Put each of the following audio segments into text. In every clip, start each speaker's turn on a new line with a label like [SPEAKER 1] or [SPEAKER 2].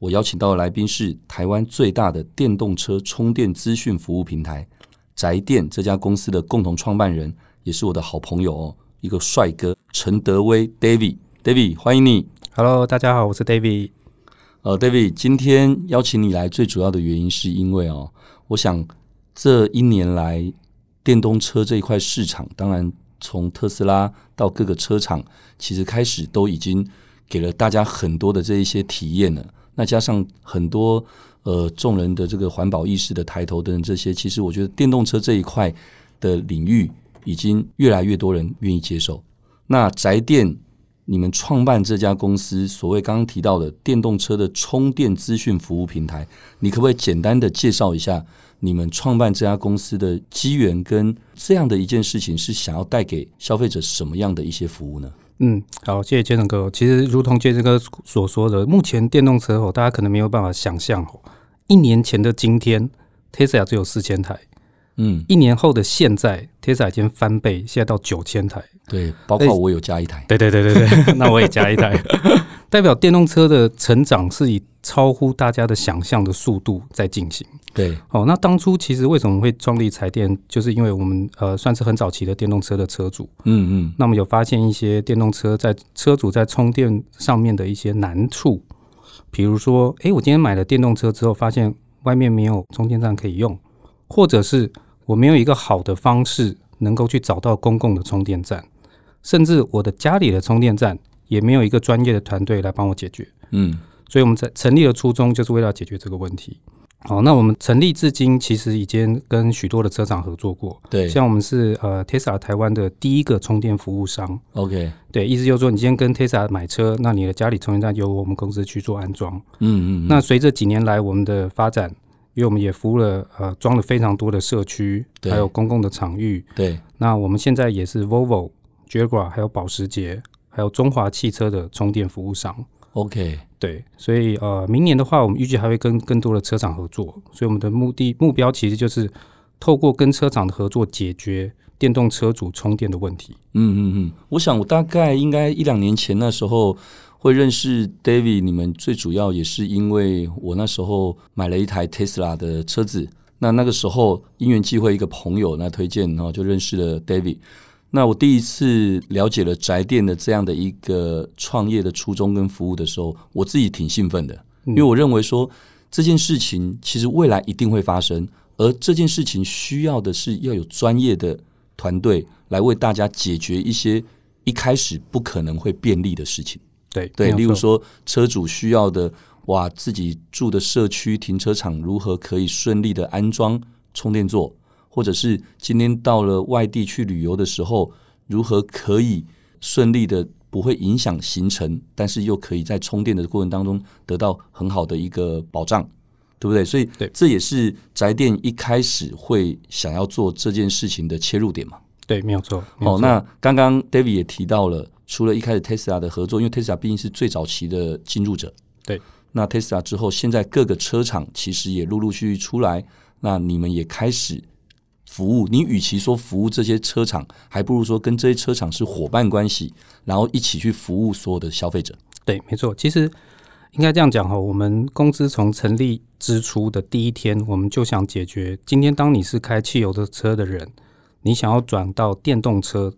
[SPEAKER 1] 我邀请到的来宾是台湾最大的电动车充电资讯服务平台宅电这家公司的共同创办人，也是我的好朋友哦，一个帅哥陈德威 David。David，欢迎你。
[SPEAKER 2] Hello，大家好，我是 David。
[SPEAKER 1] 呃，David，今天邀请你来，最主要的原因是因为哦，我想这一年来电动车这一块市场，当然从特斯拉到各个车厂，其实开始都已经给了大家很多的这一些体验了。那加上很多呃众人的这个环保意识的抬头等等这些，其实我觉得电动车这一块的领域已经越来越多人愿意接受。那宅电你们创办这家公司，所谓刚刚提到的电动车的充电资讯服务平台，你可不可以简单的介绍一下你们创办这家公司的机缘，跟这样的一件事情是想要带给消费者什么样的一些服务呢？
[SPEAKER 2] 嗯，好，谢谢杰森哥。其实，如同杰森哥所说的，目前电动车哦，大家可能没有办法想象哦，一年前的今天，Tesla 只有四千台；
[SPEAKER 1] 嗯，
[SPEAKER 2] 一年后的现在，Tesla 已经翻倍，现在到九千台。
[SPEAKER 1] 对，包括我有加一台，
[SPEAKER 2] 对对对对对， 那我也加一台，代表电动车的成长是以超乎大家的想象的速度在进行。
[SPEAKER 1] 对，
[SPEAKER 2] 哦，那当初其实为什么会创立彩电，就是因为我们呃算是很早期的电动车的车主，
[SPEAKER 1] 嗯嗯，
[SPEAKER 2] 那我们有发现一些电动车在车主在充电上面的一些难处，比如说，诶、我今天买了电动车之后，发现外面没有充电站可以用，或者是我没有一个好的方式能够去找到公共的充电站，甚至我的家里的充电站也没有一个专业的团队来帮我解决。
[SPEAKER 1] 嗯
[SPEAKER 2] 所以我们在成立的初衷就是为了解决这个问题。好，那我们成立至今，其实已经跟许多的车厂合作过，
[SPEAKER 1] 对
[SPEAKER 2] 像我们是呃 Tesla 台湾的第一个充电服务商，
[SPEAKER 1] ，OK，
[SPEAKER 2] 对，意思就是说，你今天跟 Tesla 买车，那你的家里充电站由我们公司去做安装。
[SPEAKER 1] 嗯嗯，
[SPEAKER 2] 那随着几年来我们的发展，因为我们也服务了呃装了非常多的社区，
[SPEAKER 1] 对
[SPEAKER 2] 还有公共的场域。
[SPEAKER 1] 对，
[SPEAKER 2] 那我们现在也是 Volvo、Jaguar 还有保时捷，还有中华汽车的充电服务商。
[SPEAKER 1] OK，
[SPEAKER 2] 对，所以呃，明年的话，我们预计还会跟更多的车厂合作。所以我们的目的目标其实就是透过跟车厂的合作，解决电动车主充电的问题。
[SPEAKER 1] 嗯嗯嗯，我想我大概应该一两年前那时候会认识 David，你们最主要也是因为我那时候买了一台 Tesla 的车子。那那个时候因缘际会，一个朋友那推荐，然后就认识了 David。那我第一次了解了宅电的这样的一个创业的初衷跟服务的时候，我自己挺兴奋的，因
[SPEAKER 2] 嗯
[SPEAKER 1] 为我认为说这件事情其实未来一定会发生，而这件事情需要的是要有专业的团队来为大家解决一些一开始不可能会便利的事情。
[SPEAKER 2] 对
[SPEAKER 1] 对，
[SPEAKER 2] 没有
[SPEAKER 1] 例如
[SPEAKER 2] 错
[SPEAKER 1] 说车主需要的，哇，自己住的社区停车场如何可以顺利的安装充电座，或者是今天到了外地去旅游的时候，如何可以顺利的不会影响行程，但是又可以在充电的过程当中得到很好的一个保障。对不对？所以
[SPEAKER 2] 对
[SPEAKER 1] 这也是宅店一开始会想要做这件事情的切入点嘛。
[SPEAKER 2] 对，没有错。没有
[SPEAKER 1] 哦，
[SPEAKER 2] 错
[SPEAKER 1] 那刚刚 David 也提到了，除了一开始 Tesla 的合作，因为 Tesla 毕竟是最早期的进入者，
[SPEAKER 2] 对。
[SPEAKER 1] 那 Tesla 之后，现在各个车厂其实也陆陆续续出来，那你们也开始服务。你与其说服务这些车厂，还不如说跟这些车厂是伙伴关系，然后一起去服务所有的消费者。
[SPEAKER 2] 对，没错。其实应该这样讲哈，我们公司从成立之初的第一天，我们就想解决今天当你是开汽油的车的人，你想要转到电动车，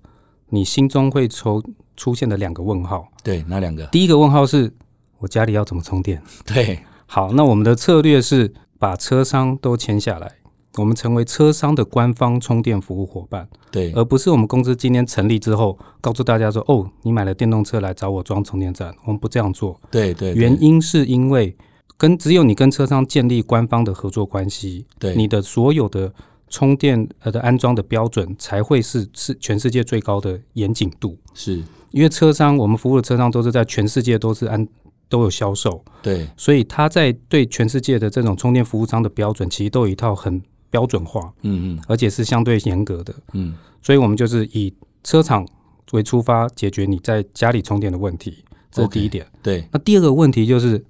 [SPEAKER 2] 你心中会出出现的两个问号。
[SPEAKER 1] 对，那两个，
[SPEAKER 2] 第一个问号是我家里要怎么充电？
[SPEAKER 1] 对，
[SPEAKER 2] 好，那我们的策略是把车商都签下来，我们成为车商的官方充电服务伙伴，
[SPEAKER 1] 对，
[SPEAKER 2] 而不是我们公司今天成立之后告诉大家说，哦，你买了电动车来找我装充电站，我们不这样做。
[SPEAKER 1] 对，对，
[SPEAKER 2] 原因是因为跟只有你跟车商建立官方的合作关系，
[SPEAKER 1] 对，
[SPEAKER 2] 你的所有的充电呃的安装的标准才会是是全世界最高的严谨度。
[SPEAKER 1] 是，
[SPEAKER 2] 因为车商我们服务的车商都是在全世界都是安都有销售，
[SPEAKER 1] 对，
[SPEAKER 2] 所以他在对全世界的这种充电服务商的标准，其实都有一套很标准化，
[SPEAKER 1] 嗯
[SPEAKER 2] 而且是相对严格的。
[SPEAKER 1] 嗯
[SPEAKER 2] 所以我们就是以车厂为出发，解决你在家里充电的问题，这是
[SPEAKER 1] OK
[SPEAKER 2] 第一点。
[SPEAKER 1] 嗯，对
[SPEAKER 2] 那第二个问题就是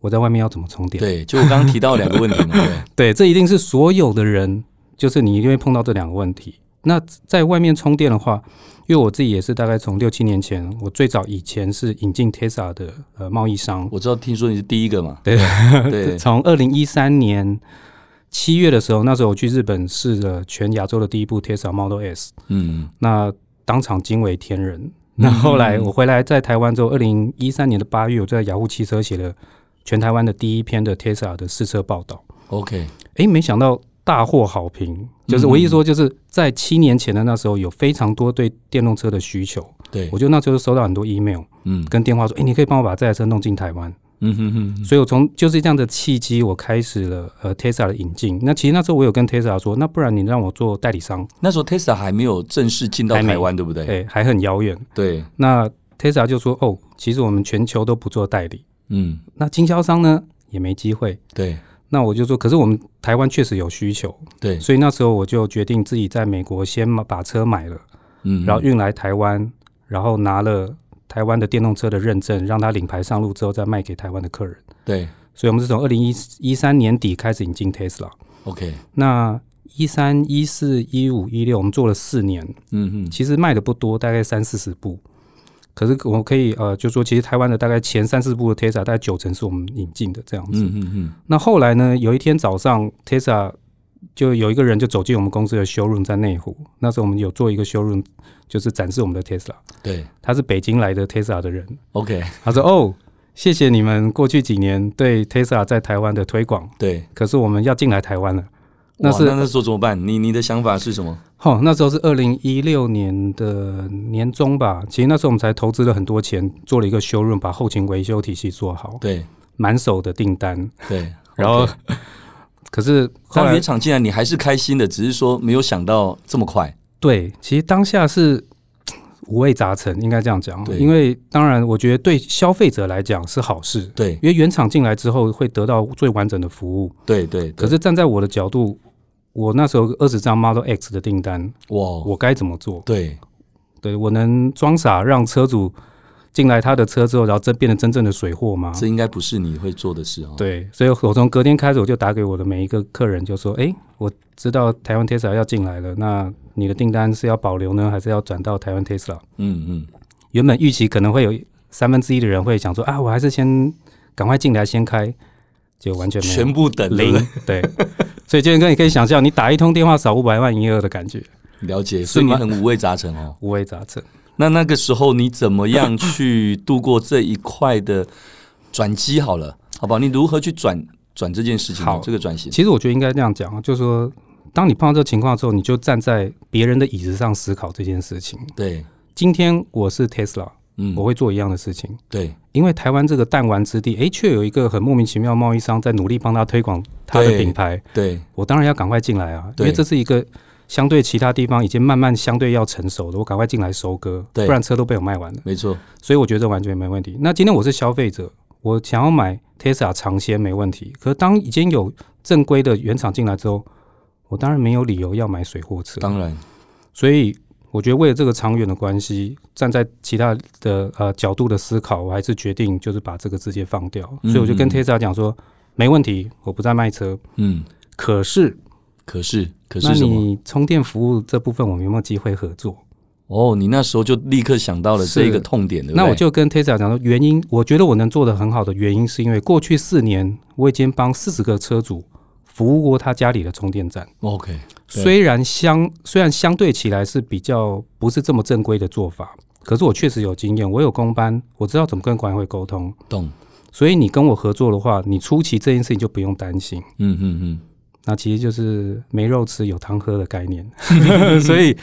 [SPEAKER 2] 我在外面要怎么充电？
[SPEAKER 1] 对，就我刚刚提到两个问题嘛，对，
[SPEAKER 2] 对，这一定是所有的人，就是你一定会碰到这两个问题。那在外面充电的话，因为我自己也是大概从六七年前，我最早以前是引进 Tesla 的呃贸易商，
[SPEAKER 1] 我知道听说你是第一个嘛，
[SPEAKER 2] 对
[SPEAKER 1] 对，
[SPEAKER 2] 从二零一三年七月的时候，那时候我去日本试了全亚洲的第一部 Tesla Model S，
[SPEAKER 1] 嗯，
[SPEAKER 2] 那当场惊为天人。那后来我回来在台湾之后，二零一三年的八月，我在雅虎汽车写了全台湾的第一篇的 Tesla 的试车报道。
[SPEAKER 1] OK，
[SPEAKER 2] 诶，没想到大获好评，就是我一
[SPEAKER 1] 嗯
[SPEAKER 2] 说就是在七年前的那时候，有非常多对电动车的需求。
[SPEAKER 1] 对
[SPEAKER 2] 我，就那时候收到很多 email
[SPEAKER 1] 嗯
[SPEAKER 2] 跟电话说，诶，你可以帮我把这台车弄进台湾。
[SPEAKER 1] 嗯哼哼，
[SPEAKER 2] 所以我从就是这样的契机，我开始了呃 Tesla 的引进。那其实那时候我有跟 Tesla 说，那不然你让我做代理商，
[SPEAKER 1] 那时候 Tesla 还没有正式进到
[SPEAKER 2] 还没
[SPEAKER 1] 台湾，对不对？
[SPEAKER 2] 诶，还很遥远。
[SPEAKER 1] 对，
[SPEAKER 2] 那 Tesla 就说，哦，其实我们全球都不做代理，
[SPEAKER 1] 嗯，
[SPEAKER 2] 那经销商呢也没机会。
[SPEAKER 1] 对
[SPEAKER 2] 那我就说，可是我们台湾确实有需求，
[SPEAKER 1] 对，
[SPEAKER 2] 所以那时候我就决定自己在美国先买把车买了，
[SPEAKER 1] 嗯，
[SPEAKER 2] 然后运来台湾，然后拿了台湾的电动车的认证，让它领牌上路之后再卖给台湾的客人。
[SPEAKER 1] 对
[SPEAKER 2] 所以我们是从二零一一三年底开始引进 Tesla。
[SPEAKER 1] ，OK，
[SPEAKER 2] 那一三、一四、一五、一六，我们做了四年，
[SPEAKER 1] 嗯嗯，
[SPEAKER 2] 其实卖的不多，大概三四十部。可是我可以呃，就说其实台湾的大概前三四部的 Tesla，大概九成是我们引进的这样子。
[SPEAKER 1] 嗯嗯嗯，
[SPEAKER 2] 那后来呢，有一天早上 Tesla 就有一个人就走进我们公司的 showroom 在内湖，那时候我们有做一个 showroom，就是展示我们的 Tesla。
[SPEAKER 1] 对
[SPEAKER 2] 他是北京来的 Tesla 的人，
[SPEAKER 1] ，OK，
[SPEAKER 2] 他说：“哦，谢谢你们过去几年对 Tesla 在台湾的推广，
[SPEAKER 1] 对，
[SPEAKER 2] 可是我们要进来台湾了。”那
[SPEAKER 1] 哇
[SPEAKER 2] 是
[SPEAKER 1] 那那时候怎么办？你你的想法是什么？
[SPEAKER 2] 哦，那时候是二零一六年的年中吧。其实那时候我们才投资了很多钱，做了一个修润，把后勤维修体系做好，
[SPEAKER 1] 对
[SPEAKER 2] 满手的订单。
[SPEAKER 1] 对，
[SPEAKER 2] 然后
[SPEAKER 1] OK
[SPEAKER 2] 可是后
[SPEAKER 1] 但
[SPEAKER 2] 来
[SPEAKER 1] 原厂进来你还是开心的，只是说没有想到这么快。
[SPEAKER 2] 对，其实当下是五味杂陈，应该这样讲。
[SPEAKER 1] 对
[SPEAKER 2] 因为当然，我觉得对消费者来讲是好事，
[SPEAKER 1] 对
[SPEAKER 2] 因为原厂进来之后会得到最完整的服务。
[SPEAKER 1] 对对，
[SPEAKER 2] 可是站在我的角度，我那时候二十张 Model X 的订单，
[SPEAKER 1] 我
[SPEAKER 2] 我该怎么做？
[SPEAKER 1] 对
[SPEAKER 2] 对我能装傻让车主进来他的车之后，然后真变成真正的水货吗？
[SPEAKER 1] 这应该不是你会做的事哦。
[SPEAKER 2] 对，所以我从隔天开始我就打给我的每一个客人，就说：“哎，我知道台湾 Tesla 要进来了，那你的订单是要保留呢，还是要转到台湾 Tesla？”
[SPEAKER 1] 嗯嗯，
[SPEAKER 2] 原本预期可能会有三分之一的人会想说：“啊，我还是先赶快进来先开。”就完全没有
[SPEAKER 1] 全部等对
[SPEAKER 2] 零
[SPEAKER 1] 不对
[SPEAKER 2] 对，所以建哥，你可以想象，你打一通电话少五百万营业额的感觉，
[SPEAKER 1] 了解，
[SPEAKER 2] 是
[SPEAKER 1] 所以你
[SPEAKER 2] 吗
[SPEAKER 1] 很五味杂陈哦。
[SPEAKER 2] 五味杂陈。
[SPEAKER 1] 那那个时候你怎么样去度过这一块的转机？好了，好不好？你如何去转转这件事情呢？
[SPEAKER 2] 好
[SPEAKER 1] 这个转型，
[SPEAKER 2] 其实我觉得应该这样讲啊，就是说，当你碰到这个情况之后，你就站在别人的椅子上思考这件事情。
[SPEAKER 1] 对，
[SPEAKER 2] 今天我是 Tesla，
[SPEAKER 1] 嗯
[SPEAKER 2] 我，会做一样的事情，
[SPEAKER 1] 对
[SPEAKER 2] 因为台湾这个弹丸之地，诶，却有一个很莫名其妙的贸易商在努力帮他推广他的
[SPEAKER 1] 对
[SPEAKER 2] 品牌，
[SPEAKER 1] 对
[SPEAKER 2] 我当然要赶快进来啊，因
[SPEAKER 1] 对
[SPEAKER 2] 为这是一个。相对其他地方已经慢慢相对要成熟的，我赶快进来收割，
[SPEAKER 1] 对
[SPEAKER 2] 不然车都被我卖完了。
[SPEAKER 1] 没错，
[SPEAKER 2] 所以我觉得这完全没问题。那今天我是消费者，我想要买 Tesla 尝鲜没问题。可是当已经有正规的原厂进来之后，我当然没有理由要买水货车。
[SPEAKER 1] 当然，
[SPEAKER 2] 所以我觉得为了这个长远的关系，站在其他的呃角度的思考，我还是决定就是把这个直接放掉。
[SPEAKER 1] 嗯
[SPEAKER 2] 所以我就跟
[SPEAKER 1] 嗯
[SPEAKER 2] Tesla 讲说，没问题，我不再卖车。
[SPEAKER 1] 嗯，
[SPEAKER 2] 可是，
[SPEAKER 1] 可是可
[SPEAKER 2] 那
[SPEAKER 1] 是什么？
[SPEAKER 2] 你充电服务这部分，我们有没有机会合作？
[SPEAKER 1] 哦，你那时候就立刻想到了
[SPEAKER 2] 是
[SPEAKER 1] 这一个痛点，对不对？
[SPEAKER 2] 那我就跟 Tesla 讲说，原因我觉得我能做的很好的原因，是因为过去四年我已经帮四十个车主服务过他家里的充电站，
[SPEAKER 1] 哦 OK，对
[SPEAKER 2] 虽然相虽然相对起来是比较不是这么正规的做法，可是我确实有经验，我有工班，我知道怎么跟管委会沟通，
[SPEAKER 1] 懂，
[SPEAKER 2] 所以你跟我合作的话，你初期这件事情就不用担心。
[SPEAKER 1] 嗯嗯嗯，
[SPEAKER 2] 那其实就是没肉吃有汤喝的概 念，所以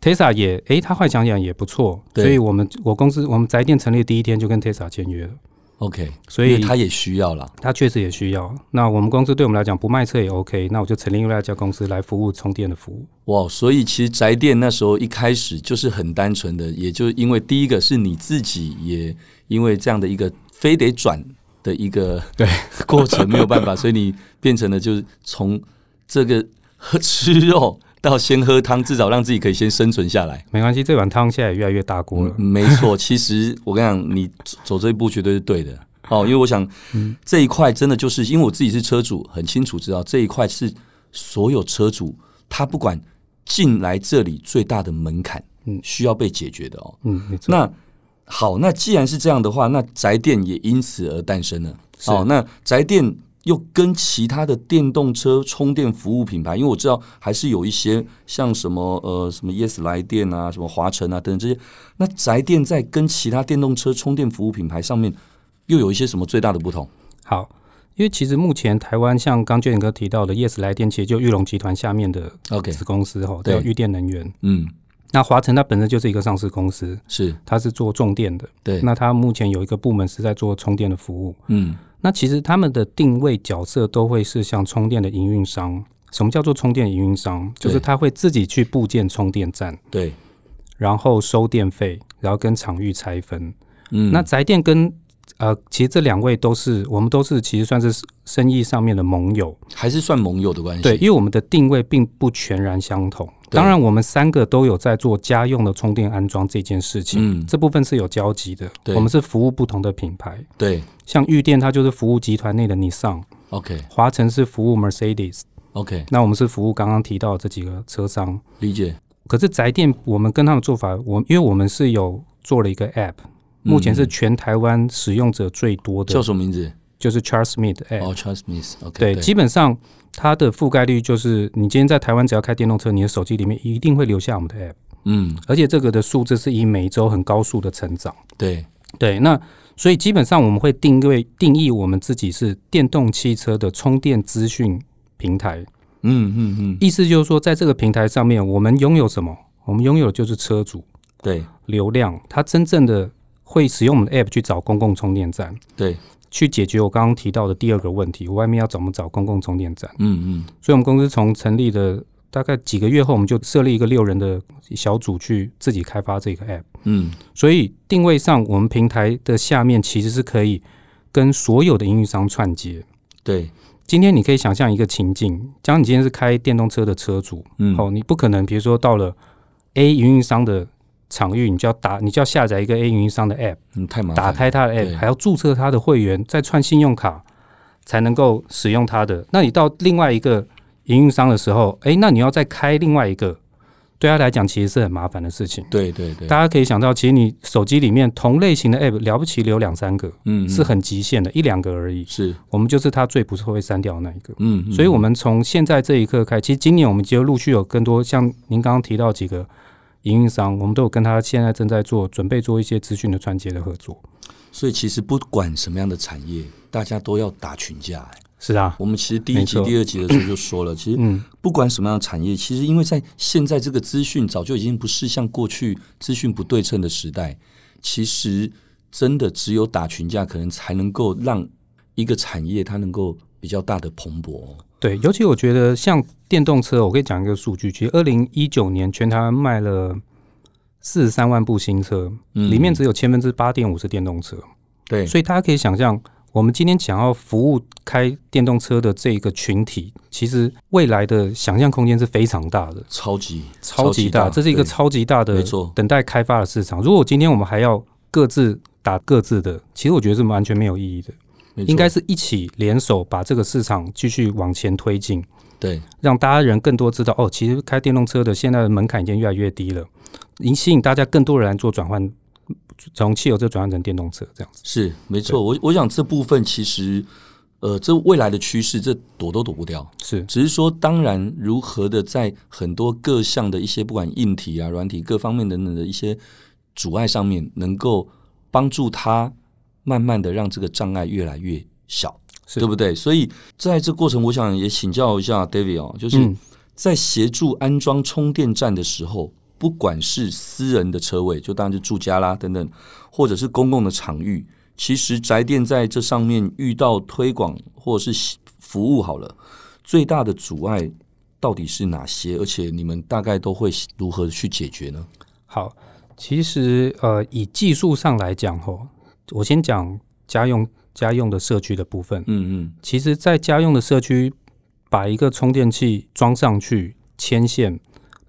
[SPEAKER 2] Tesla 也诶，他幻想想也不错，
[SPEAKER 1] 对
[SPEAKER 2] 所以我们我公司我们宅店成立第一天就跟 Tesla 签约了。
[SPEAKER 1] OK，
[SPEAKER 2] 所
[SPEAKER 1] 因为
[SPEAKER 2] 以
[SPEAKER 1] 他也需要啦。
[SPEAKER 2] 他确实也需要。那我们公司对我们来讲不卖车也 OK，那我就成立另外一家公司来服务充电的服务。
[SPEAKER 1] 哇，所以其实宅店那时候一开始就是很单纯的，也就因为第一个是你自己也因为这样的一个非得转的一个对过程没有办法，所以你变成了就是从这个喝吃肉到先喝汤，至少让自己可以先生存下来。
[SPEAKER 2] 没关系，这碗汤现在也越来越大锅了。
[SPEAKER 1] 嗯没错，其实我跟你讲，你走这一步绝对是对的。哦，因为我想、这一块真的就是，因为我自己是车主，很清楚知道这一块是所有车主他不管进来这里最大的门槛，
[SPEAKER 2] 嗯
[SPEAKER 1] 需要被解决的哦。
[SPEAKER 2] 嗯，没错。
[SPEAKER 1] 那好，那既然是这样的话，那宅电也因此而诞生了。
[SPEAKER 2] 是
[SPEAKER 1] 哦，那宅电又跟其他的电动车充电服务品牌，因为我知道还是有一些像什么呃什么 Yes 来电啊、什么华晨啊等等这些，那宅电在跟其他电动车充电服务品牌上面又有一些什么最大的不同？
[SPEAKER 2] 好，因为其实目前台湾像刚娟哥提到的 Yes 来电，其实就玉龙集团下面的
[SPEAKER 1] OK
[SPEAKER 2] 子公司哈，
[SPEAKER 1] 对
[SPEAKER 2] 叫玉电能源。
[SPEAKER 1] 嗯，
[SPEAKER 2] 那华晨它本身就是一个上市公司，
[SPEAKER 1] 是
[SPEAKER 2] 它是做重电的。
[SPEAKER 1] 对，
[SPEAKER 2] 那它目前有一个部门是在做充电的服务。
[SPEAKER 1] 嗯
[SPEAKER 2] 那其实他们的定位角色都会是像充电的营运商。什么叫做充电营运商？就是
[SPEAKER 1] 对
[SPEAKER 2] 他会自己去布建充电站，
[SPEAKER 1] 对，
[SPEAKER 2] 然后收电费，然后跟场域拆分。
[SPEAKER 1] 嗯
[SPEAKER 2] 那宅电跟呃，其实这两位都是我们都是其实算是生意上面的盟友，
[SPEAKER 1] 还是算盟友的关系。
[SPEAKER 2] 对，因为我们的定位并不全然相同。
[SPEAKER 1] 对
[SPEAKER 2] 当然，我们三个都有在做家用的充电安装这件事情，
[SPEAKER 1] 嗯
[SPEAKER 2] 这部分是有交集的。
[SPEAKER 1] 对
[SPEAKER 2] 我们是服务不同的品牌，
[SPEAKER 1] 对
[SPEAKER 2] 像玉电它就是服务集团内的 Nissan，
[SPEAKER 1] ，OK
[SPEAKER 2] 华晨是服务 Mercedes，
[SPEAKER 1] OK，
[SPEAKER 2] 那我们是服务刚刚提到的这几个车商。
[SPEAKER 1] 理解。
[SPEAKER 2] 可是宅电，我们跟他们做法，我因为我们是有做了一个 App，目前是
[SPEAKER 1] 嗯
[SPEAKER 2] 全台湾使用者最多的，
[SPEAKER 1] 叫什么名字？
[SPEAKER 2] 就是 Charles Smith App。
[SPEAKER 1] 哦，Charles Smith，OK，
[SPEAKER 2] 对，基本上它的覆盖率就是，你今天在台湾只要开电动车，你的手机里面一定会留下我们的 app，
[SPEAKER 1] 嗯，
[SPEAKER 2] 而且这个的数字是以每周很高速的成长。
[SPEAKER 1] 对，
[SPEAKER 2] 对，那所以基本上我们会定位定义我们自己是电动汽车的充电资讯平台，
[SPEAKER 1] 嗯嗯嗯，
[SPEAKER 2] 意思就是说，在这个平台上面，我们拥有什么？我们拥有的就是车主
[SPEAKER 1] 对
[SPEAKER 2] 流量，它真正的会使用我们的 app 去找公共充电站，
[SPEAKER 1] 对，
[SPEAKER 2] 去解决我刚刚提到的第二个问题，我外面要怎么找公共充电站？
[SPEAKER 1] 嗯嗯，
[SPEAKER 2] 所以我们公司从成立的大概几个月后，我们就设立一个六人的小组去自己开发这个 app。
[SPEAKER 1] 嗯，
[SPEAKER 2] 所以定位上，我们平台的下面其实是可以跟所有的营运商串接。
[SPEAKER 1] 对，
[SPEAKER 2] 今天你可以想象一个情境，假如你今天是开电动车的车主，
[SPEAKER 1] 嗯，
[SPEAKER 2] 哦，你不可能比如说到了 A 营运商的场域，你就要打，你就要下载一个 A 营运商的 app，
[SPEAKER 1] 嗯，太麻烦，
[SPEAKER 2] 打，开它的
[SPEAKER 1] 对
[SPEAKER 2] app，还要注册它的会员，再串信用卡才能够使用它的。那你到另外一个营运商的时候，诶，那你要再开另外一个，对他来讲其实是很麻烦的事情。
[SPEAKER 1] 对对对，
[SPEAKER 2] 大家可以想到，其实你手机里面同类型的 app 了不起留两三个，
[SPEAKER 1] 嗯，嗯
[SPEAKER 2] 是很极限的，一两个而已。
[SPEAKER 1] 是，
[SPEAKER 2] 我们就是它最不是会删掉的那一个。
[SPEAKER 1] 嗯，嗯
[SPEAKER 2] 所以，我们从现在这一刻开，其实今年我们就陆续有更多像您刚刚提到几个营运商，我们都有跟他现在正在做准备做一些资讯的串接的合作。
[SPEAKER 1] 所以其实不管什么样的产业，大家都要打群架。哎
[SPEAKER 2] 是啊，
[SPEAKER 1] 我们其实第一
[SPEAKER 2] 没
[SPEAKER 1] 集、
[SPEAKER 2] 错
[SPEAKER 1] 第二集的时候就说 了，其实
[SPEAKER 2] 嗯，
[SPEAKER 1] 不管什么样的产业，其实因为在现在这个资讯早就已经不是像过去资讯不对称的时代，其实真的只有打群架，可能才能够让一个产业它能够比较大的蓬勃哦。
[SPEAKER 2] 对，尤其我觉得像电动车，我可以讲一个数据，其实二零一九年全台湾卖了四十三万部新车，
[SPEAKER 1] 嗯
[SPEAKER 2] 里面只有千分之八点五是电动车，
[SPEAKER 1] 对，
[SPEAKER 2] 所以大家可以想象，我们今天想要服务开电动车的这个群体，其实未来的想象空间是非常大的，
[SPEAKER 1] 超级
[SPEAKER 2] 超级大，这是一个
[SPEAKER 1] 对
[SPEAKER 2] 超级大的
[SPEAKER 1] 没错
[SPEAKER 2] 等待开发的市场。如果今天我们还要各自打各自的，其实我觉得是完全没有意义的，
[SPEAKER 1] 没错
[SPEAKER 2] 应该是一起联手把这个市场继续往前推进。
[SPEAKER 1] 对
[SPEAKER 2] 让大家人更多知道哦，其实开电动车的现在的门槛已经越来越低了，引吸引大家更多人来做转换，从汽油车转换成电动车这样子。
[SPEAKER 1] 是没错。我我想这部分其实呃，这未来的趋势，这躲都躲不掉。
[SPEAKER 2] 是
[SPEAKER 1] 只是说，当然如何的在很多各项的一些不管硬体啊、软体各方面等等的一些阻碍上面，能够帮助他慢慢的让这个障碍越来越小，
[SPEAKER 2] 是
[SPEAKER 1] 对不对？所以在这过程，我想也请教一下 David 哦，就是。
[SPEAKER 2] 嗯
[SPEAKER 1] 在协助安装充电站的时候，不管是私人的车位，就当然是住家啦等等，或者是公共的场域，其实宅电在这上面遇到推广或者是服务好了，最大的阻碍到底是哪些？而且你们大概都会如何去解决呢？
[SPEAKER 2] 好，其实呃，以技术上来讲吼，我先讲家用家用的社区的部分。
[SPEAKER 1] 嗯嗯，
[SPEAKER 2] 其实，在家用的社区，把一个充电器装上去牵线，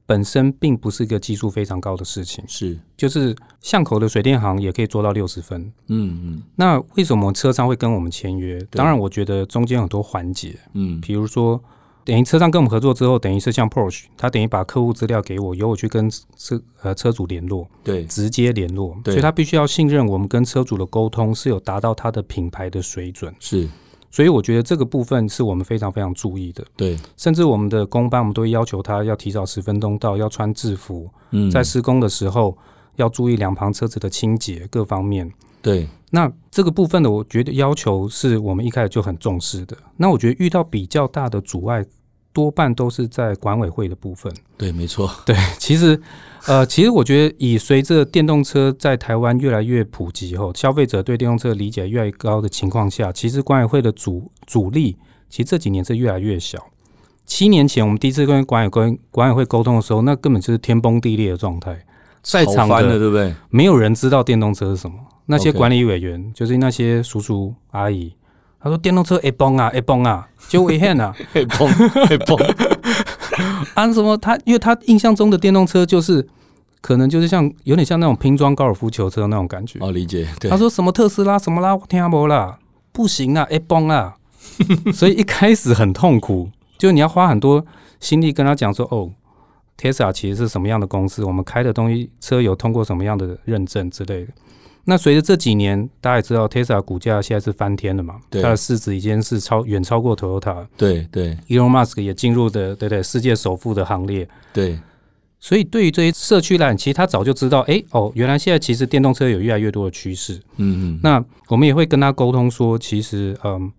[SPEAKER 2] 本身并不是一个技术非常高的事情，
[SPEAKER 1] 是，
[SPEAKER 2] 就是巷口的水电行也可以做到六十分。
[SPEAKER 1] 嗯
[SPEAKER 2] 那为什么车商会跟我们签约？当然，我觉得中间有很多环节，
[SPEAKER 1] 嗯嗯
[SPEAKER 2] 比如说，等于车商跟我们合作之后，等于是像 Porsche，他等于把客户资料给我，由我去跟车呃车主联络，
[SPEAKER 1] 对，
[SPEAKER 2] 直接联络，
[SPEAKER 1] 嗯对
[SPEAKER 2] 所以他必须要信任我们跟车主的沟通是有达到他的品牌的水准，
[SPEAKER 1] 是，嗯
[SPEAKER 2] 所以我觉得这个部分是我们非常非常注意的，
[SPEAKER 1] 对，
[SPEAKER 2] 甚至我们的工班我们都会要求他要提早十分钟到，要穿制服，
[SPEAKER 1] 嗯，
[SPEAKER 2] 在施工的时候要注意两旁车子的清洁各方面，
[SPEAKER 1] 对，
[SPEAKER 2] 那这个部分的，我觉得要求是我们一开始就很重视的。那我觉得遇到比较大的阻碍，多半都是在管委会的部分。
[SPEAKER 1] 对，没错，
[SPEAKER 2] 对，其实，呃，其实我觉得，以随着电动车在台湾越来越普及后，消费者对电动车的理解越来越高的情况下，其实管委会的阻阻力，其实这几年是越来越小。七年前，我们第一次跟管委跟管委会沟通的时候，那根本就是天崩地裂的状态。在
[SPEAKER 1] 吵
[SPEAKER 2] 场
[SPEAKER 1] 翻
[SPEAKER 2] 的
[SPEAKER 1] 了，对不 对？
[SPEAKER 2] 没有人知道电动车是什么。那些
[SPEAKER 1] OK
[SPEAKER 2] 管理委员就是那些叔叔阿姨，他说电动车会崩啊，会崩啊，就危险啊
[SPEAKER 1] 嘿砰，嘿砰，
[SPEAKER 2] 啊什么他，因为他印象中的电动车就是可能就是像有点像那种拼装高尔夫球车那种感觉。
[SPEAKER 1] 哦，理解，对
[SPEAKER 2] 他，说什么特斯拉什么啦，我听不啦，不行啦，会崩 啊，所以一开始很痛苦，就是你要花很多心力跟他讲说哦。Tesla 其实是什么样的公司？我们开的东西车有通过什么样的认证之类的？那随着这几年，大家也知道 Tesla 股价现在是翻天了嘛，
[SPEAKER 1] 对
[SPEAKER 2] 它的市值已经是超远超过 Toyota。
[SPEAKER 1] 对对
[SPEAKER 2] Elon Musk 也进入的对对世界首富的行列。
[SPEAKER 1] 对，
[SPEAKER 2] 所以对于这些社区来讲，其实他早就知道，诶，哦，原来现在其实电动车有越来越多的趋势。
[SPEAKER 1] 嗯嗯，
[SPEAKER 2] 那我们也会跟他沟通说，其实嗯，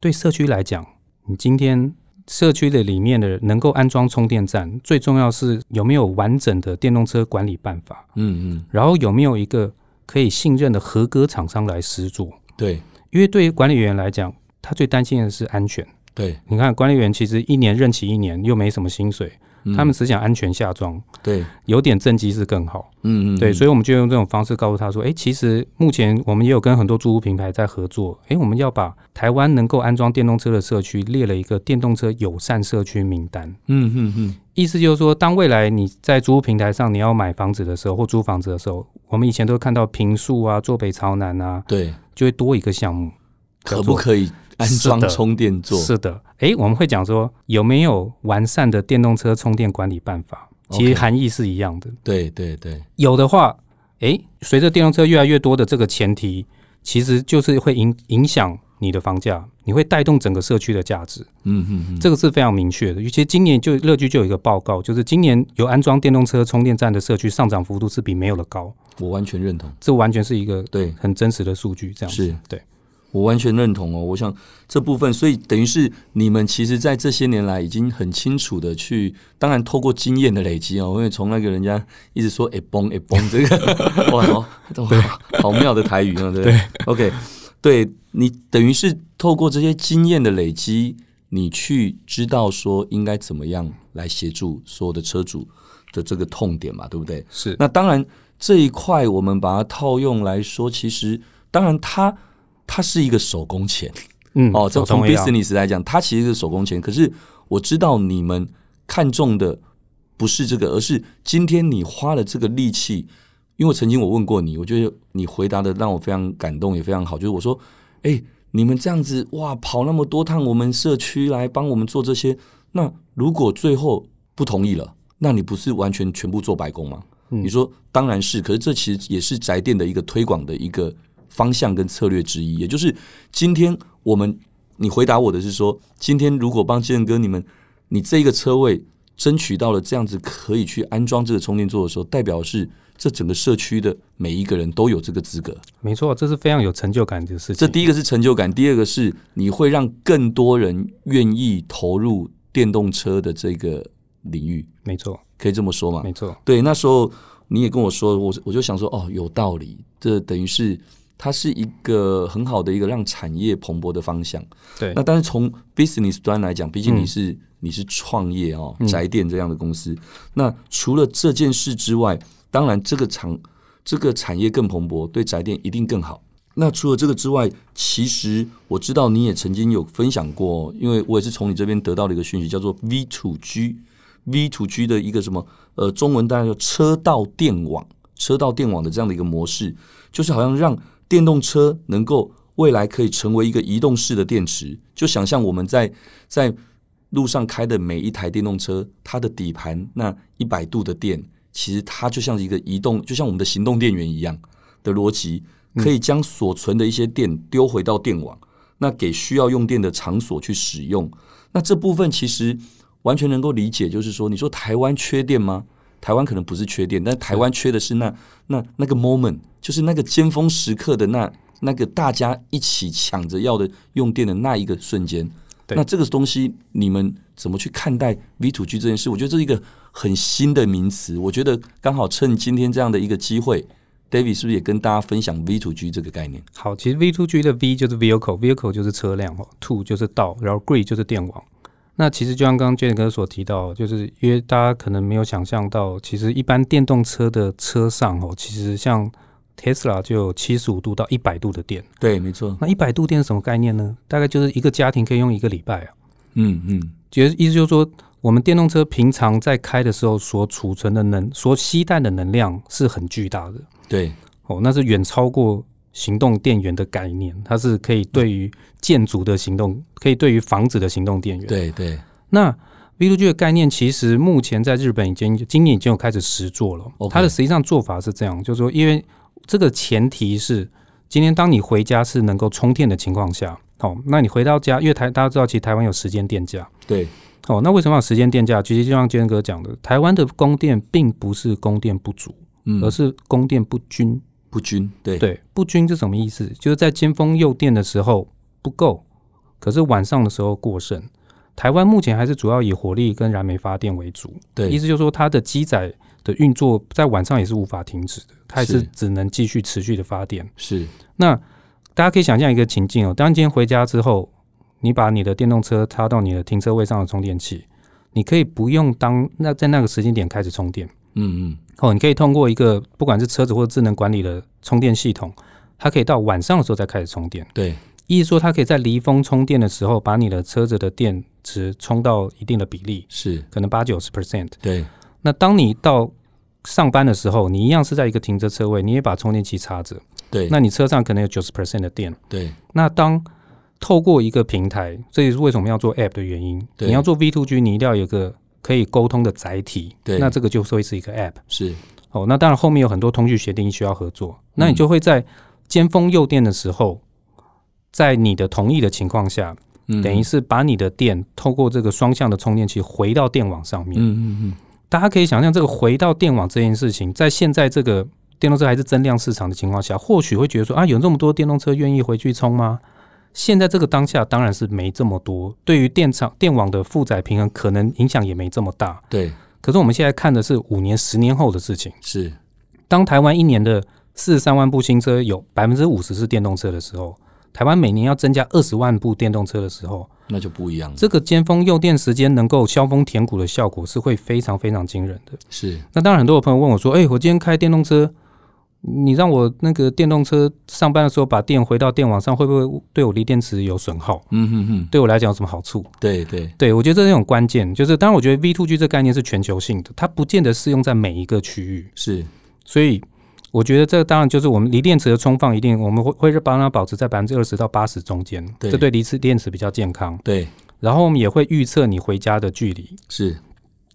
[SPEAKER 2] 对社区来讲，你今天社区的里面的能够安装充电站，最重要是有没有完整的电动车管理办法，
[SPEAKER 1] 嗯嗯，
[SPEAKER 2] 然后有没有一个可以信任的合格厂商来施作。
[SPEAKER 1] 对
[SPEAKER 2] 因为对于管理员来讲，他最担心的是安全。
[SPEAKER 1] 对，
[SPEAKER 2] 你看，管理员其实一年任期一年，又没什么薪水，
[SPEAKER 1] 嗯
[SPEAKER 2] 他们只想安全下装，
[SPEAKER 1] 对，
[SPEAKER 2] 有点政绩是更好。
[SPEAKER 1] 嗯嗯，
[SPEAKER 2] 对，所
[SPEAKER 1] 以
[SPEAKER 2] 以我们就用这种方式告诉他说，诶，其实目前我们也有跟很多租屋品牌在合作，诶，我们要把台湾能够安装电动车的社区列了一个电动车友善社区名单。
[SPEAKER 1] 嗯嗯嗯，
[SPEAKER 2] 意思就是说，当未来你在租屋平台上你要买房子的时候或租房子的时候，我们以前都会看到平数啊、坐北朝南啊，
[SPEAKER 1] 对，
[SPEAKER 2] 就会多一个项目。
[SPEAKER 1] 可不可以安装
[SPEAKER 2] 是的
[SPEAKER 1] 充电座？
[SPEAKER 2] 是的，诶，我们会讲说有没有完善的电动车充电管理办法，其实
[SPEAKER 1] OK
[SPEAKER 2] 含义是一样的。
[SPEAKER 1] 对对对，
[SPEAKER 2] 有的话，诶，随着电动车越来越多的这个前提，其实就是会影影响你的房价，你会带动整个社区的价值，
[SPEAKER 1] 嗯嗯嗯，
[SPEAKER 2] 这个是非常明确的。尤其今年就乐居就有一个报告，就是今年有安装电动车充电站的社区上涨幅度是比没有的高，
[SPEAKER 1] 我完全认同，
[SPEAKER 2] 这完全是一个
[SPEAKER 1] 对，
[SPEAKER 2] 很真实的数据，这样子
[SPEAKER 1] 是
[SPEAKER 2] 对。
[SPEAKER 1] 我完全认同哦，我想这部分，所以等于是你们其实在这些年来已经很清楚的去，当然透过经验的累积哦，因为从那个人家一直说“哎崩哎崩”这个，哇哦，哇好妙的台语啊，对不对？OK，对你等于是透过这些经验的累积，你去知道说应该怎么样来协助所有的车主的这个痛点嘛，对不对？
[SPEAKER 2] 是
[SPEAKER 1] 那当然这一块我们把它套用来说，其实当然它它是一个手工钱
[SPEAKER 2] 嗯，
[SPEAKER 1] 哦，这
[SPEAKER 2] 手
[SPEAKER 1] 从
[SPEAKER 2] 动一样
[SPEAKER 1] business 来讲，它其实是手工钱。可是我知道你们看重的不是这个，而是今天你花了这个力气。因为曾经我问过你，我觉得你回答的让我非常感动，也非常好。就是我说，哎、你们这样子哇，跑那么多趟我们社区来帮我们做这些，那如果最后不同意了，那你不是完全全部做白工吗？你说当然是，可是这其实也是宅店的一个推广的一个方向跟策略之一，也就是今天我们你回答我的是说，今天如果帮建哥你们，你这一个车位争取到了这样子可以去安装这个充电座的时候，代表是这整个社区的每一个人都有这个资格。
[SPEAKER 2] 没错，这是非常有成就感的事
[SPEAKER 1] 这
[SPEAKER 2] 情。
[SPEAKER 1] 第一个是成就感，第二个是你会让更多人愿意投入电动车的这个领域，
[SPEAKER 2] 没错，
[SPEAKER 1] 可以这么说吗？
[SPEAKER 2] 没错，
[SPEAKER 1] 对，那时候你也跟我说，我我就想说，哦，有道理，这等于是它是一个很好的一个让产业蓬勃的方向。
[SPEAKER 2] 对
[SPEAKER 1] 那，但是从 business 端来讲，毕竟
[SPEAKER 2] 嗯
[SPEAKER 1] 你是、你是创业哦，宅店这样的公司，那除了这件事之外，当然这个厂这个产业更蓬勃，对宅店一定更好。那除了这个之外，其实我知道你也曾经有分享过，哦因为我也是从你这边得到的一个讯息，叫做 V to G V to G 的一个什么呃，中文大概叫车道电网、车道电网的这样的一个模式，就是好像让电动车能够未来可以成为一个移动式的电池，就想象我们在在路上开的每一台电动车，它的底盘那一百度的电，其实它就像一个移动，就像我们的行动电源一样的逻辑，可以将所存的一些电丢回到电网，那给需要用电的场所去使用。那这部分其实完全能够理解，就是说，你说台湾缺电吗？台湾可能不是缺电，但台湾缺的是那那那个 moment，就是那个尖峰时刻的那那个大家一起抢着要的用电的那一个瞬间。
[SPEAKER 2] 对
[SPEAKER 1] 那这个东西你们怎么去看待 V to G 这件事？我觉得这是一个很新的名词。我觉得刚好趁今天这样的一个机会，David 是不是也跟大家分享 V to G 这个概念？
[SPEAKER 2] 好，其实 V to G 的 V 就是 vehicle，vehicle 就是车辆哦，to 就是道，然后 grid 就是电网。那其实就像刚刚建哥所提到，就是因为大家可能没有想象到，其实一般电动车的车上哦，其实像 Tesla 就有七十五度到一百度的电。
[SPEAKER 1] 对，没错。
[SPEAKER 2] 那一百度电是什么概念呢？大概就是一个家庭可以用一个礼拜啊。
[SPEAKER 1] 嗯嗯，
[SPEAKER 2] 其实意思就是说，我们电动车平常在开的时候所储存的能、所吸带的能量是很巨大的。
[SPEAKER 1] 对，
[SPEAKER 2] 哦，那是远超过行动电源的概念，它是可以对于建筑的行动，可以对于房子的行动电源。，
[SPEAKER 1] 对对。
[SPEAKER 2] 那 V to G 的概念其实目前在日本已经今年已经有开始实做了。
[SPEAKER 1] OK
[SPEAKER 2] 它的实际上做法是这样，就是说，因为这个前提是今天当你回家是能够充电的情况下，哦，那你回到家，因为台大家知道，其实台湾有时间电价。
[SPEAKER 1] 对，
[SPEAKER 2] 哦，那为什么要有时间电价？其实就像坚哥讲的，台湾的供电并不是供电不足，
[SPEAKER 1] 嗯
[SPEAKER 2] 而是供电不均。
[SPEAKER 1] 不均，对
[SPEAKER 2] 呃对，不均是什么意思？就是在尖峰诱电的时候不够，可是晚上的时候过剩。台湾目前还是主要以火力跟燃煤发电为主，意
[SPEAKER 1] 对
[SPEAKER 2] 思就是说它的机载的运作在晚上也是无法停止的，它也是
[SPEAKER 1] 是
[SPEAKER 2] 只能继续持续的发电。
[SPEAKER 1] 是，
[SPEAKER 2] 那大家可以想象一个情境哦，当你今天回家之后，你把你的电动车插到你的停车位上的充电器，你可以不用当那在那个时间点开始充电。
[SPEAKER 1] 嗯嗯，
[SPEAKER 2] 哦，你可以通过一个不管是车子或者智能管理的充电系统，它可以到晚上的时候再开始充电。
[SPEAKER 1] 对
[SPEAKER 2] 意思说，它可以在离峰充电的时候，把你的车子的电池充到一定的比例，
[SPEAKER 1] 是，
[SPEAKER 2] 可能八九十 percent。
[SPEAKER 1] 对
[SPEAKER 2] 那当你到上班的时候，你一样是在一个停车车位，你也把充电器插着，
[SPEAKER 1] 对
[SPEAKER 2] 那你车上可能有九十 percent 的电。
[SPEAKER 1] 对
[SPEAKER 2] 那当透过一个平台，这也是为什么要做 App 的原因。
[SPEAKER 1] 对
[SPEAKER 2] 你要做 V to G，你一定要有一个可以沟通的载体。
[SPEAKER 1] 对
[SPEAKER 2] 那这个就是会是一个 App。
[SPEAKER 1] 是，
[SPEAKER 2] 哦，那当然后面有很多通讯协定需要合作，那
[SPEAKER 1] 嗯
[SPEAKER 2] 你就会在尖峰诱电的时候，在你的同意的情况下，
[SPEAKER 1] 嗯
[SPEAKER 2] 等于是把你的电透过这个双向的充电器回到电网上面。
[SPEAKER 1] 嗯嗯嗯，
[SPEAKER 2] 大家可以想象，这个回到电网这件事情，在现在这个电动车还是增量市场的情况下，或许会觉得说啊，有这么多电动车愿意回去充吗？现在这个当下当然是没这么多，对于电厂电网的负载平衡可能影响也没这么大。
[SPEAKER 1] 对，
[SPEAKER 2] 可是我们现在看的是五年、十年后的事情。
[SPEAKER 1] 是，
[SPEAKER 2] 当台湾一年的四十三万部新车有百分之五十是电动车的时候，台湾每年要增加二十万部电动车的时候，
[SPEAKER 1] 那就不一样了，
[SPEAKER 2] 这个尖峰诱电时间能够消峰填谷的效果是会非常非常惊人的。
[SPEAKER 1] 是，
[SPEAKER 2] 那当然，很多的朋友问我说：“哎、我今天开电动车，你让我那个电动车上班的时候把电回到电网上，会不会对我锂电池有损耗？
[SPEAKER 1] 嗯嗯嗯，
[SPEAKER 2] 对我来讲有什么好处？”
[SPEAKER 1] 对对
[SPEAKER 2] 对，我觉得这是一种关键，就是当然，我觉得 V to G 这概念是全球性的，它不见得适用在每一个区域。
[SPEAKER 1] 是，
[SPEAKER 2] 所以我觉得这当然就是我们锂电池的充放一定我们会会帮它保持在百分之二十到八十中间，
[SPEAKER 1] 对
[SPEAKER 2] 这对锂池电池比较健康。
[SPEAKER 1] 对
[SPEAKER 2] 然后我们也会预测你回家的距离
[SPEAKER 1] 是，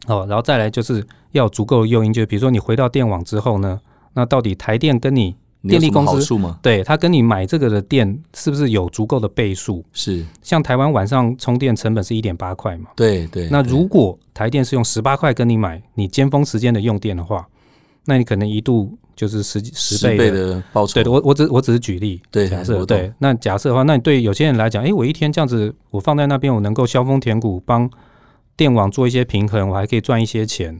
[SPEAKER 2] 哦，然后再来就是要有足够的诱因，就是比如说你回到电网之后呢，那到底台电跟你
[SPEAKER 1] 你有
[SPEAKER 2] 电力
[SPEAKER 1] 什么
[SPEAKER 2] 公
[SPEAKER 1] 好
[SPEAKER 2] 司
[SPEAKER 1] 处吗？
[SPEAKER 2] 对它跟你买这个的电是不是有足够的倍数？
[SPEAKER 1] 是，
[SPEAKER 2] 像台湾晚上充电成本是一点八块嘛，
[SPEAKER 1] 对对，
[SPEAKER 2] 那
[SPEAKER 1] 对
[SPEAKER 2] 如果台电是用十八块跟你买你尖峰时间的用电的话，那你可能一度就是十几十
[SPEAKER 1] 十
[SPEAKER 2] 倍
[SPEAKER 1] 倍
[SPEAKER 2] 的
[SPEAKER 1] 的报酬
[SPEAKER 2] 对，我我只我只是举例，
[SPEAKER 1] 对
[SPEAKER 2] 假
[SPEAKER 1] 我
[SPEAKER 2] 设
[SPEAKER 1] 懂
[SPEAKER 2] 对。那假设的话，那你对有些人来讲，诶，我一天这样子，我放在那边，我能够消峰填谷，帮电网做一些平衡，我还可以赚一些钱。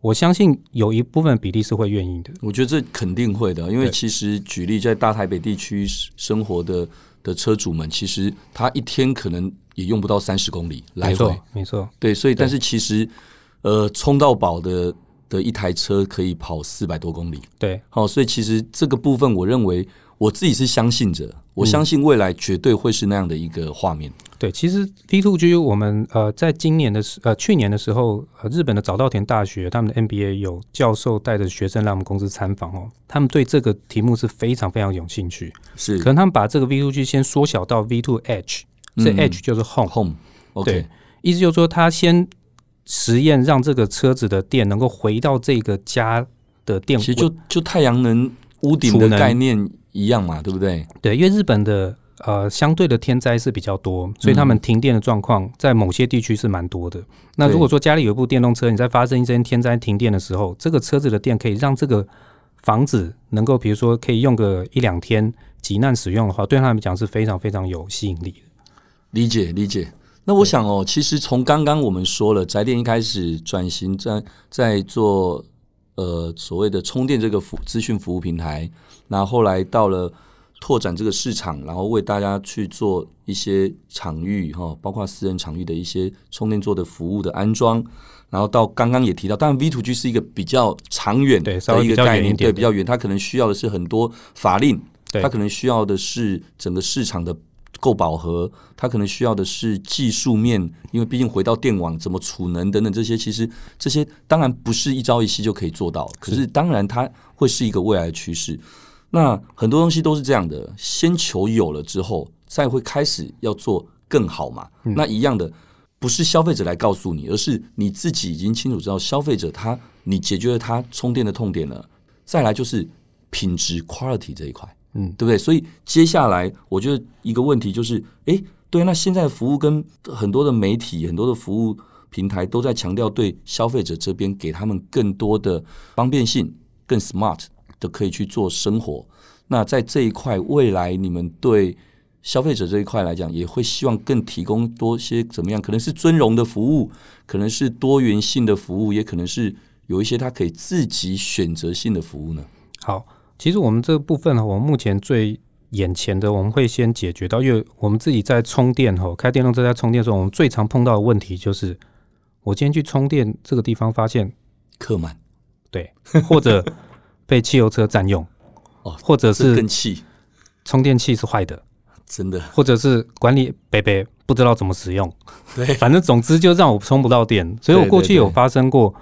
[SPEAKER 2] 我相信有一部分比例是会愿意的。
[SPEAKER 1] 我觉得这肯定会的，啊因为
[SPEAKER 2] 对
[SPEAKER 1] 其实举例在大台北地区生活的的车主们，其实他一天可能也用不到三十公里来
[SPEAKER 2] 没
[SPEAKER 1] 回
[SPEAKER 2] 错，，没错，
[SPEAKER 1] 对，所以但是其实呃充到饱的的一台车可以跑四百多公里，
[SPEAKER 2] 对
[SPEAKER 1] 好、所以其实这个部分我认为我自己是相信着，
[SPEAKER 2] 嗯
[SPEAKER 1] 我相信未来绝对会是那样的一个画面。
[SPEAKER 2] 对，其实 V Two G 我们呃在今年的时呃去年的时候，呃日本的早稻田大学他们的 MBA 有教授带着学生来我们公司参访哦，他们对这个题目是非常非常有兴趣，
[SPEAKER 1] 是
[SPEAKER 2] 可能他们把这个 V Two G 先缩小到 V Two H，这
[SPEAKER 1] 嗯
[SPEAKER 2] H 就是 Home，、
[SPEAKER 1] home OK
[SPEAKER 2] 对意思就是说他先实验让这个车子的电能够回到这个家的电，
[SPEAKER 1] 其实就就太阳能屋顶的
[SPEAKER 2] 储能
[SPEAKER 1] 概念一样嘛，对不对？
[SPEAKER 2] 对，因为日本的呃相对的天灾是比较多，
[SPEAKER 1] 嗯
[SPEAKER 2] 所以他们停电的状况在某些地区是蛮多的。那如果说家里有一部电动车，你在发生一些天灾停电的时候，这个车子的电可以让这个房子能够，比如说可以用个一两天急难使用的话，对他们讲是非常非常有吸引力的。
[SPEAKER 1] 理解理解。那我想哦，其实从刚刚我们说了，宅电一开始转型在在做呃所谓的充电这个服资讯服务平台，那后来到了拓展这个市场，然后为大家去做一些场域哈、包括私人场域的一些充电座的服务的安装，然后到刚刚也提到，当然 V to G 是一个比较长远
[SPEAKER 2] 对稍
[SPEAKER 1] 的
[SPEAKER 2] 微
[SPEAKER 1] 一个
[SPEAKER 2] 比较
[SPEAKER 1] 概
[SPEAKER 2] 远一
[SPEAKER 1] 念，
[SPEAKER 2] 点
[SPEAKER 1] 对，
[SPEAKER 2] 点
[SPEAKER 1] 比较远，它可能需要的是很多法令，
[SPEAKER 2] 对
[SPEAKER 1] 它可能需要的是整个市场的够饱和，它可能需要的是技术面，因为毕竟回到电网怎么储能等等这些，其实这些当然不是一朝一夕就可以做到，可是当然它会是一个未来的趋势。那很多东西都是这样的，先求有了之后，再会开始要做更好嘛。那一样的，不是消费者来告诉你，而是你自己已经清楚知道消费者他你解决了他充电的痛点了，再来就是品质 quality 这一块。对不对？所以接下来我觉得一个问题就是，诶，对，那现在服务跟很多的媒体、很多的服务平台都在强调对消费者这边给他们更多的方便性、更 smart 的可以去做生活。那在这一块，未来你们对消费者这一块来讲，也会希望更提供多些怎么样？可能是尊荣的服务，可能是多元性的服务，也可能是有一些他可以自己选择性的服务呢。
[SPEAKER 2] 好，其实我们这部分呢，我们目前最眼前的我们会先解决到，因为我们自己在充电吼，开电动车在充电的时候，我们最常碰到的问题就是，我今天去充电这个地方发现
[SPEAKER 1] 客满
[SPEAKER 2] 对， 或者被汽油车占用，
[SPEAKER 1] 哦
[SPEAKER 2] 或者
[SPEAKER 1] 这
[SPEAKER 2] 是
[SPEAKER 1] 更气，
[SPEAKER 2] 充电器是坏的，
[SPEAKER 1] 真的。
[SPEAKER 2] 或者是管理北北不知道怎么使用，
[SPEAKER 1] 对
[SPEAKER 2] 反正总之就让我充不到电，所以我
[SPEAKER 1] 对
[SPEAKER 2] 过
[SPEAKER 1] 对
[SPEAKER 2] 去有
[SPEAKER 1] 对
[SPEAKER 2] 发生过。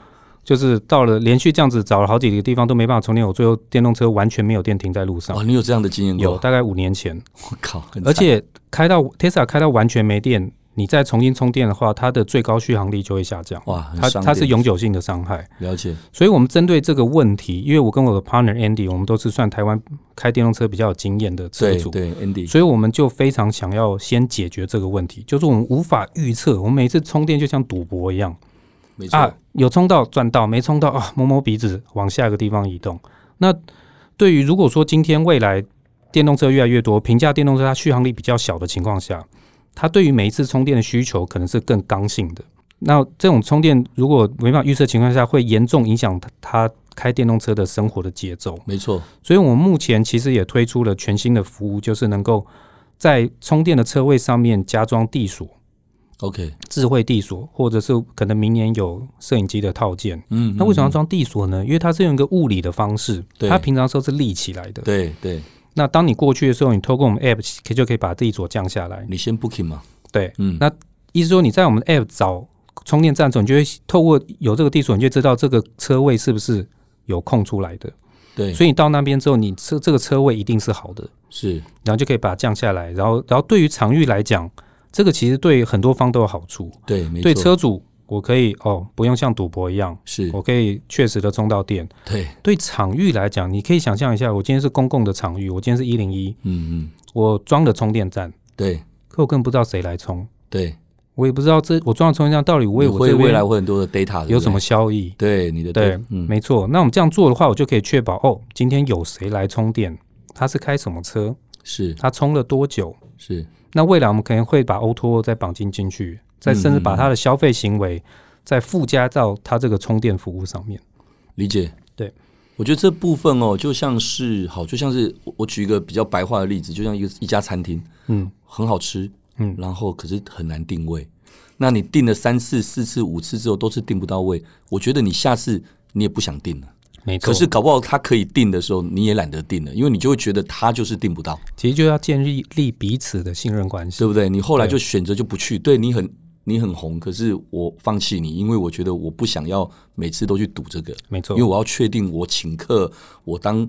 [SPEAKER 2] 就是到了连续这样子找了好几个地方都没办法充电，我最后电动车完全没有电停在路上
[SPEAKER 1] 哇，。你有这样的经验过？
[SPEAKER 2] 有，大概五年前，
[SPEAKER 1] 我靠，哦很
[SPEAKER 2] 而
[SPEAKER 1] 惨
[SPEAKER 2] 且开到 Tesla 开到完全没电，你再重新充电的话，它的最高续航力就会下降，
[SPEAKER 1] 哇，很
[SPEAKER 2] 它
[SPEAKER 1] 伤
[SPEAKER 2] 它是
[SPEAKER 1] 电
[SPEAKER 2] 永久性的伤害。
[SPEAKER 1] 了解，
[SPEAKER 2] 所以我们针对这个问题，因为我跟我的 partner Andy，我们都是算台湾开电动车比较有经验的车
[SPEAKER 1] 对
[SPEAKER 2] 主，
[SPEAKER 1] 对，Andy，
[SPEAKER 2] 所以我们就非常想要先解决这个问题，就是我们无法预测，我们每次充电就像赌博一样
[SPEAKER 1] 没错，
[SPEAKER 2] 啊，有充到赚到，没充到啊摸摸鼻子往下一个地方移动。那对于如果说今天未来电动车越来越多，平价电动车它续航力比较小的情况下，它对于每一次充电的需求可能是更刚性的。那这种充电如果没办法预测情况下，会严重影响它它开电动车的生活的节奏。
[SPEAKER 1] 没错，
[SPEAKER 2] 所以我们目前其实也推出了全新的服务，就是能够在充电的车位上面加装地锁、
[SPEAKER 1] OK，
[SPEAKER 2] 智慧地锁，或者是可能明年有摄影机的套件。
[SPEAKER 1] 嗯，
[SPEAKER 2] 那为什么要
[SPEAKER 1] 嗯？
[SPEAKER 2] 装地锁呢？因为它是用一个物理的方式，
[SPEAKER 1] 对
[SPEAKER 2] 它平常时候是立起来的。
[SPEAKER 1] 对对，
[SPEAKER 2] 那当你过去的时候，你透过我们 App 可就可以把地锁降下来。
[SPEAKER 1] 你先 booking 嘛，
[SPEAKER 2] 对，
[SPEAKER 1] 嗯，
[SPEAKER 2] 那意思说你在我们 App 找充电站的时候，你就会透过有这个地锁，你就知道这个车位是不是有空出来的。
[SPEAKER 1] 对，
[SPEAKER 2] 所以你到那边之后，你这这个车位一定是好的。
[SPEAKER 1] 是
[SPEAKER 2] 然后就可以把它降下来。然后，然后对于场域来讲，这个其实对很多方都有好处。
[SPEAKER 1] 对，没
[SPEAKER 2] 对
[SPEAKER 1] 错，
[SPEAKER 2] 车哦主，我可以哦，不用像赌博一样，
[SPEAKER 1] 是
[SPEAKER 2] 我可以确实的充到电。
[SPEAKER 1] 对，
[SPEAKER 2] 对场域来讲，你可以想象一下，我今天是公共的场域，我今天是一零一，
[SPEAKER 1] 嗯嗯，
[SPEAKER 2] 我装了充电站，
[SPEAKER 1] 对
[SPEAKER 2] 可我根本不知道谁来充，
[SPEAKER 1] 对，
[SPEAKER 2] 我也不知道这我装了充电站到底为
[SPEAKER 1] 你
[SPEAKER 2] 我
[SPEAKER 1] 会
[SPEAKER 2] 这
[SPEAKER 1] 未
[SPEAKER 2] 边
[SPEAKER 1] 来会很多的 data，对不
[SPEAKER 2] 有什
[SPEAKER 1] 对
[SPEAKER 2] 么？效益。
[SPEAKER 1] 对你的
[SPEAKER 2] 对，
[SPEAKER 1] 嗯，
[SPEAKER 2] 没错。那我们这样做的话，我就可以确保哦，今天有谁来充电，他是开什么车，
[SPEAKER 1] 是
[SPEAKER 2] 他充了多久，
[SPEAKER 1] 是，
[SPEAKER 2] 那未来我们可能会把 O to O 再绑定进去，再甚至
[SPEAKER 1] 嗯
[SPEAKER 2] 把它的消费行为再附加到它这个充电服务上面。
[SPEAKER 1] 理解。
[SPEAKER 2] 对，
[SPEAKER 1] 我觉得这部分哦，就像是好，就像是我我举一个比较白话的例子，就像一个一家餐厅，
[SPEAKER 2] 嗯，
[SPEAKER 1] 很好吃，
[SPEAKER 2] 嗯
[SPEAKER 1] 然后可是很难定位。那你定了三次、四次、五次之后都是定不到位，我觉得你下次你也不想定了。
[SPEAKER 2] 没错。
[SPEAKER 1] 可是搞不好它可以定的时候，你也懒得定了，因为你就会觉得它就是定不到，
[SPEAKER 2] 其实就要建立立彼此的信任关系
[SPEAKER 1] 对。不对？你后来就选择就不去，对你很你很红，可是我放弃你，因为我觉得我不想要每次都去赌这个，
[SPEAKER 2] 没错
[SPEAKER 1] 因为，我要确定我请客，我当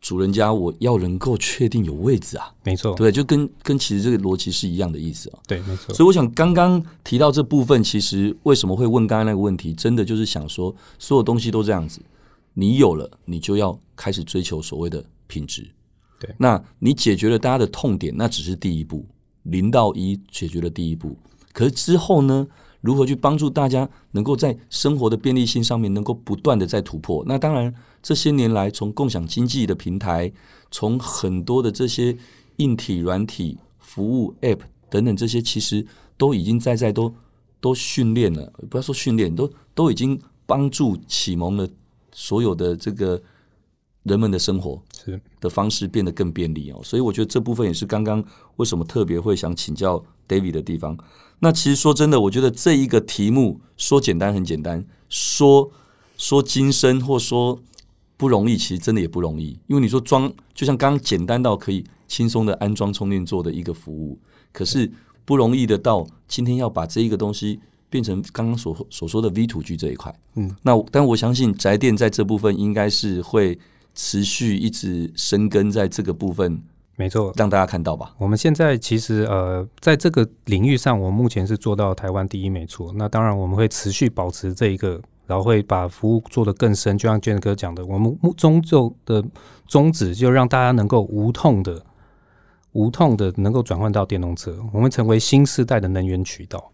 [SPEAKER 1] 主人家，我要能够确定有位置啊，
[SPEAKER 2] 没错
[SPEAKER 1] 对不，对？就跟跟其实这个逻辑是一样的意思啊。
[SPEAKER 2] 对，没错，
[SPEAKER 1] 所以我想刚刚提到这部分，其实为什么会问刚才那个问题，真的就是想说，所有东西都这样子，你有了，你就要开始追求所谓的品质。
[SPEAKER 2] 对
[SPEAKER 1] 那你解决了大家的痛点，那只是第一步，零到一解决了第一步。可是之后呢？如何去帮助大家能够在生活的便利性上面能够不断的在突破？那当然，这些年来从共享经济的平台，从很多的这些硬体、软体、服务 App 等等这些，其实都已经在在都都训练了，不要说训练，都都已经帮助启蒙了所有的这个人们的生活。
[SPEAKER 2] 是
[SPEAKER 1] 的方式变得更便利哦。所以我觉得这部分也是刚刚为什么特别会想请教 David 的地方。那其实说真的，我觉得这一个题目说简单很简单，说说今生或说不容易，其实真的也不容易。因为你说装，就像刚刚简单到可以轻松的安装充电座的一个服务，可是不容易的到今天要把这一个东西变成刚刚所所说的 V to G 这一块。
[SPEAKER 2] 嗯，
[SPEAKER 1] 那我但我相信宅电在这部分应该是会持续一直生根在这个部分，
[SPEAKER 2] 没错。
[SPEAKER 1] 让大家看到吧。
[SPEAKER 2] 我们现在其实呃，在这个领域上，我目前是做到台湾第一，没错。那当然，我们会持续保持这一个，然后会把服务做得更深。就像娟哥讲的，我们目终究的宗旨就让大家能够无痛的、无痛的能够转换到电动车，我们会成为新时代的能源渠道。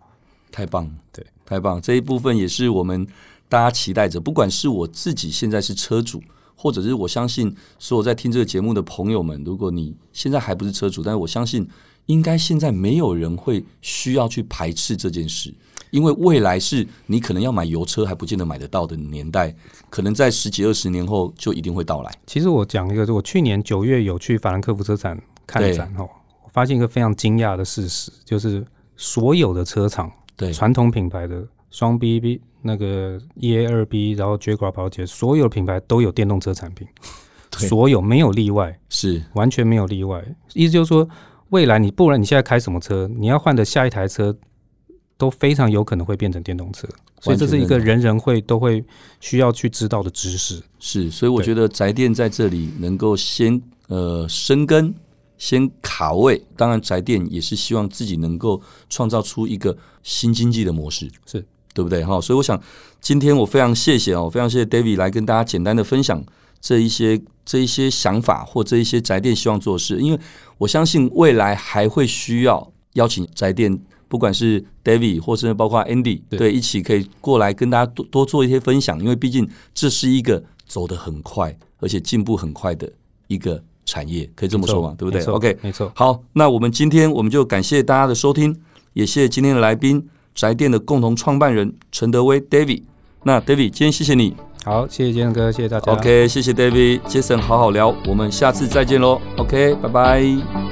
[SPEAKER 1] 太棒了，
[SPEAKER 2] 对，
[SPEAKER 1] 太棒了！这一部分也是我们大家期待着，不管是我自己现在是车主，或者是我相信所有在听这个节目的朋友们，如果你现在还不是车主，但是我相信应该现在没有人会需要去排斥这件事。因为未来是你可能要买油车还不见得买得到的年代，可能在十几二十年后就一定会到来。
[SPEAKER 2] 其实我讲一个，我去年九月有去法兰克福车展看
[SPEAKER 1] 对
[SPEAKER 2] 展哦，我发现一个非常惊讶的事实，就是所有的车厂
[SPEAKER 1] 对，
[SPEAKER 2] 传统品牌的双 B B 那个 E A 二 B，然后 Jaguar 保洁，所有品牌都有电动车产品，
[SPEAKER 1] 对
[SPEAKER 2] 所有没有例外，
[SPEAKER 1] 是
[SPEAKER 2] 完全没有例外。意思就是说，未来你不然你现在开什么车，你要换的下一台车都非常有可能会变成电动车，所以这是一个
[SPEAKER 1] 完全认同
[SPEAKER 2] 人人会都会需要去知道的知识。
[SPEAKER 1] 是，所以我
[SPEAKER 2] 对
[SPEAKER 1] 觉得宅店在这里能够先呃生根，先卡位。当然，宅店也是希望自己能够创造出一个新经济的模式，
[SPEAKER 2] 是
[SPEAKER 1] 对不对？哈，所以我想今天我非常谢谢哦，非常谢谢 David 来跟大家简单的分享这一些这一些想法或这一些宅店希望做的事，因为我相信未来还会需要邀请宅店。不管是 David 或是包括 Andy，
[SPEAKER 2] 对
[SPEAKER 1] 对，一起可以过来跟大家多多做一些分享，因为毕竟这是一个走得很快，而且进步很快的一个产业，可以这么说嘛，对不对
[SPEAKER 2] 没错
[SPEAKER 1] ？OK，
[SPEAKER 2] 没错。
[SPEAKER 1] 好，那我们今天我们就感谢大家的收听，也谢谢今天的来宾宅店的共同创办人陈德威 David。那 David，今天谢谢你
[SPEAKER 2] 好，谢谢建哥，谢谢大家。
[SPEAKER 1] ，OK，谢谢 David，Jason 好好聊，我们下次再见喽，OK，拜拜。